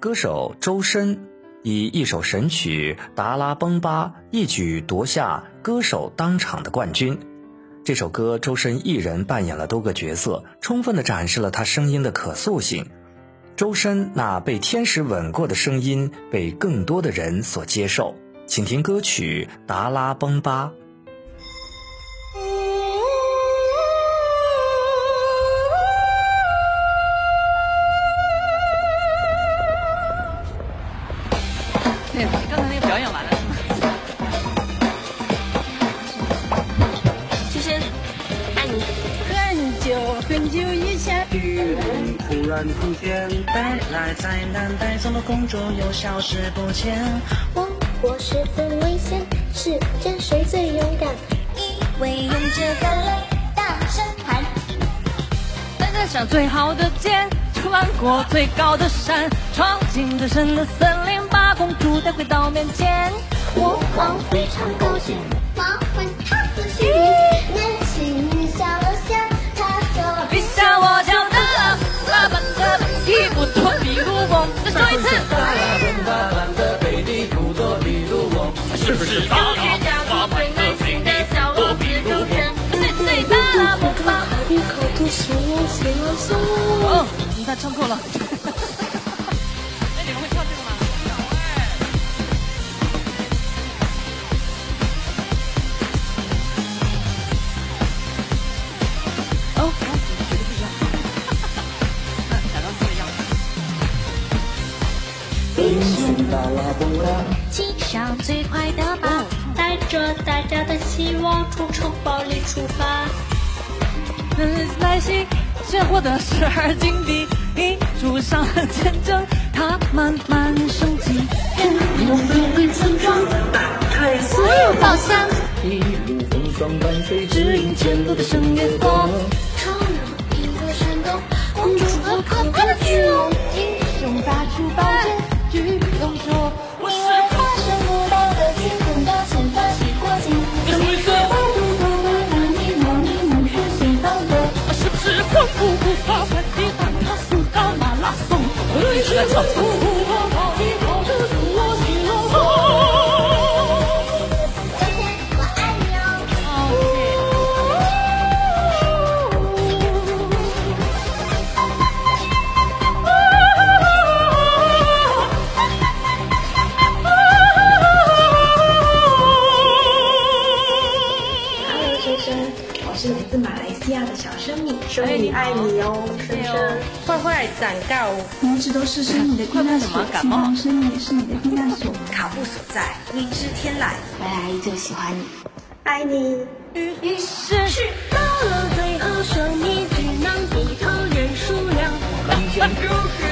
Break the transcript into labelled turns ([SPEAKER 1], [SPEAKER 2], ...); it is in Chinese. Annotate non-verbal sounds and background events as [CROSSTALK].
[SPEAKER 1] 歌手周深以一首神曲《达拉崩巴》一举夺下歌手当场的冠军。这首歌，周深一人扮演了多个角色，充分的展示了他声音的可塑性。周深那被天使吻过的声音被更多的人所接受。请听歌曲《达拉崩巴》。
[SPEAKER 2] 对，刚才那个表演完了是吗？
[SPEAKER 3] 其实爱你，
[SPEAKER 4] 很久很久以前，
[SPEAKER 5] 巨人突然出现，
[SPEAKER 6] 带来灾难，带走了公主，又消失不见。
[SPEAKER 7] 王国十分危险，是真谁最勇敢？
[SPEAKER 8] 一位勇者赶来，大声喊。
[SPEAKER 2] 大家想最好的剑，穿过最高的山，闯进最深的森林，把公主带回到面前。
[SPEAKER 7] 国王非常高兴，
[SPEAKER 8] 麻烦他不许。
[SPEAKER 7] 男心女笑了笑，他说
[SPEAKER 2] 比下我叫的拉板的一不脱比如我，再说一次。
[SPEAKER 9] 是不是达拉崩巴版的谁的小我比如我？
[SPEAKER 2] 对对哒啦不吧。
[SPEAKER 7] 一口吐舌头，谁来送我？
[SPEAKER 2] 哦，你看唱错了。哎，你们会唱这个吗？哦，绝对不一样。那假装不一样。
[SPEAKER 5] 英雄达拉崩拉，
[SPEAKER 8] 骑上最快的马，
[SPEAKER 7] 带着大家的希望，从城堡里出发。
[SPEAKER 2] 哦很耐心，却获得时而金币，一路上 [LAUGHS] 很虔诚，它慢慢升级。
[SPEAKER 8] 所有宝箱
[SPEAKER 5] 一路风霜伴随
[SPEAKER 2] 指引前路的深渊光。
[SPEAKER 7] 超能一个山洞，公主和可怕的巨龙，英雄拔出宝剑，巨龙说：“我是怕生不到的巨人的惩罚洗过净。”
[SPEAKER 9] 什么意思
[SPEAKER 7] 巴杜巴巴拉尼莫尼姆是谁当的？
[SPEAKER 9] 是不是光复古巴版的达拉苏达马拉松？我一直在唱。
[SPEAKER 7] 今天我爱你哦。
[SPEAKER 10] Hello，深深，我是来自马来西亚的小生米，说
[SPEAKER 2] 哎你
[SPEAKER 10] 你
[SPEAKER 2] 好
[SPEAKER 10] 爱你哦，深深。
[SPEAKER 3] 快快长高，
[SPEAKER 10] 拇指都是生
[SPEAKER 2] 嗯
[SPEAKER 10] 你的避难所，
[SPEAKER 2] 感冒了
[SPEAKER 10] 希望生你是你的避难所。
[SPEAKER 3] 卡布所在，未知天籁。
[SPEAKER 10] 回来依旧喜欢你，爱你。
[SPEAKER 2] 于是是
[SPEAKER 7] 到了最后，生命只能低头认数量。
[SPEAKER 5] 当天就是